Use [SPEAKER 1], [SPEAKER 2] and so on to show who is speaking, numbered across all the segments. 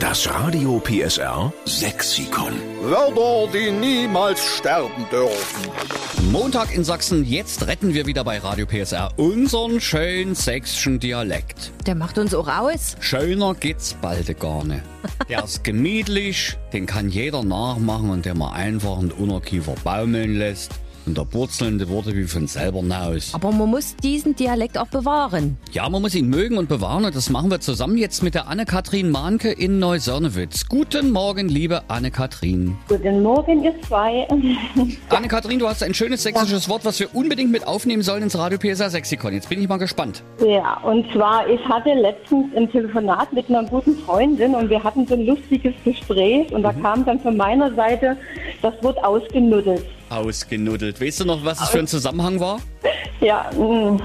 [SPEAKER 1] Das Radio PSR Sexikon.
[SPEAKER 2] Wörter, die niemals sterben dürfen.
[SPEAKER 3] Montag in Sachsen, jetzt retten wir wieder bei Radio PSR unseren schönen sächsischen Dialekt.
[SPEAKER 4] Der macht uns auch aus.
[SPEAKER 3] Schöner geht's bald gar nicht. Der ist gemütlich, den kann jeder nachmachen, indem er einfach einen Unterkiefer baumeln lässt und der purzelnde Worte wie von selber naus.
[SPEAKER 4] Aber man muss diesen Dialekt auch bewahren.
[SPEAKER 3] Ja, man muss ihn mögen und bewahren und das machen wir zusammen jetzt mit der Anne-Kathrin Mahnke in Neusonnewitz. Guten Morgen, liebe Anne-Kathrin.
[SPEAKER 5] Guten Morgen, ihr zwei.
[SPEAKER 3] Anne-Kathrin, du hast ein schönes sächsisches Wort, was wir unbedingt mit aufnehmen sollen ins Radio PSA Sexikon. Jetzt bin ich mal gespannt.
[SPEAKER 5] ja, und zwar, ich hatte letztens ein Telefonat mit einer guten Freundin und wir hatten so ein lustiges Gespräch und da kam dann von meiner Seite das Wort ausgenuddelt.
[SPEAKER 3] Ausgenuddelt. Weißt du noch, was es für ein Zusammenhang war?
[SPEAKER 5] Ja, mm.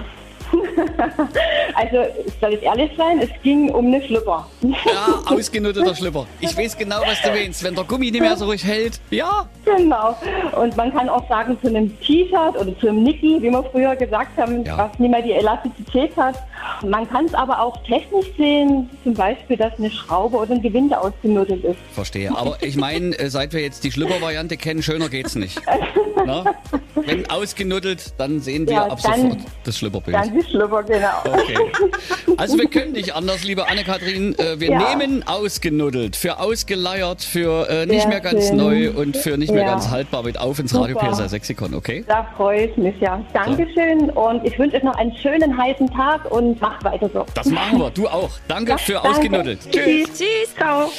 [SPEAKER 5] also, soll ich ehrlich sein, es ging um eine Schlüpper.
[SPEAKER 3] Ja, ausgenuddelter Schlipper. Ich weiß genau, was du meinst. Wenn der Gummi nicht mehr so ruhig hält. Ja,
[SPEAKER 5] genau. Und man kann auch sagen, zu einem T-Shirt oder zu einem Nicky, wie wir früher gesagt haben,
[SPEAKER 3] Ja.
[SPEAKER 5] was nicht mehr die Elastizität hat. Man kann es aber auch technisch sehen, zum Beispiel, dass eine Schraube oder ein Gewinde ausgenuddelt ist.
[SPEAKER 3] verstehe. Aber ich meine, äh, seit wir jetzt die Schlipper-Variante kennen, schöner geht's nicht. Na? Wenn ausgenuddelt, dann sehen wir
[SPEAKER 5] Ja,
[SPEAKER 3] ab
[SPEAKER 5] dann-
[SPEAKER 3] sofort das Schlipperbild.
[SPEAKER 5] Dann die Schlüpper, genau.
[SPEAKER 3] Okay. Also wir können nicht anders, liebe Anne-Kathrin. Äh, wir
[SPEAKER 5] Ja.
[SPEAKER 3] nehmen ausgenuddelt, für ausgeleiert, für äh, nicht
[SPEAKER 5] Sehr
[SPEAKER 3] mehr ganz
[SPEAKER 5] schön.
[SPEAKER 3] neu und für nicht mehr
[SPEAKER 5] Ja.
[SPEAKER 3] ganz haltbar mit auf ins Radio
[SPEAKER 5] Super.
[SPEAKER 3] PSA Sexikon, okay?
[SPEAKER 5] Da freue ich mich, ja. Dankeschön und ich wünsche euch noch einen schönen heißen Tag und macht weiter so.
[SPEAKER 3] Das machen wir, du auch. Danke für
[SPEAKER 5] Danke.
[SPEAKER 3] ausgenuddelt. Tschüss.
[SPEAKER 5] Tschüss. Ciao.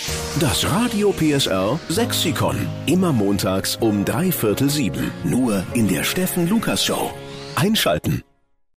[SPEAKER 1] Das Radio PSR Sexikon. Immer montags um drei Viertel sieben. Nur in der Steffen Lukas Show. Einschalten.